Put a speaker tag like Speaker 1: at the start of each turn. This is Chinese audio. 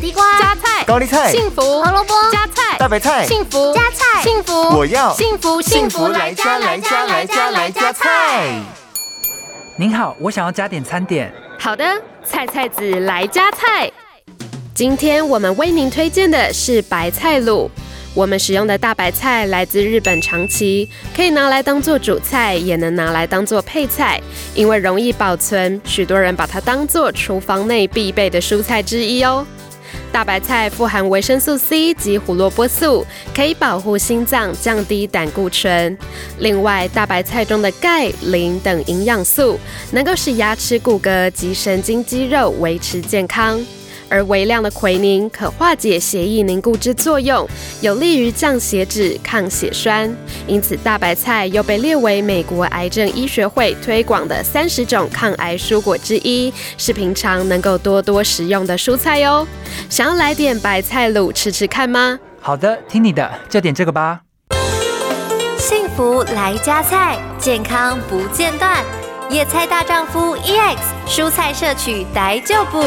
Speaker 1: 地瓜、
Speaker 2: 加菜、
Speaker 3: 高丽菜、
Speaker 2: 幸福、
Speaker 1: 胡萝卜、
Speaker 2: 加菜、
Speaker 3: 大白菜、
Speaker 2: 幸福、
Speaker 1: 加菜
Speaker 2: 幸福，
Speaker 3: 我要
Speaker 2: 幸福
Speaker 3: 幸福来家来家来家来家菜。
Speaker 4: 您好，我想要加点餐点。
Speaker 2: 好的，菜菜子来加菜。今天我们为您推荐的是白菜卤。我们使用的大白菜来自日本长崎，可以拿来当做主菜，也能拿来当做配菜。因为容易保存，许多人把它当做厨房内必备的蔬菜之一哦。大白菜富含维生素 C 及胡萝卜素，可以保护心脏，降低胆固醇。另外，大白菜中的钙、磷等营养素，能够使牙齿、骨骼及神经肌肉维持健康。而微量的奎宁可化解血液凝固之作用，有利于降血脂、抗血栓。因此，大白菜又被列为美国癌症医学会推广的三十种抗癌蔬果之一，是平常能够多多食用的蔬菜哦。想要来点白菜卤吃吃看吗？
Speaker 4: 好的，听你的，就点这个吧。
Speaker 1: 幸福来加菜，健康不 E 间断。野菜大丈夫 EX 蔬菜摄取逮就补。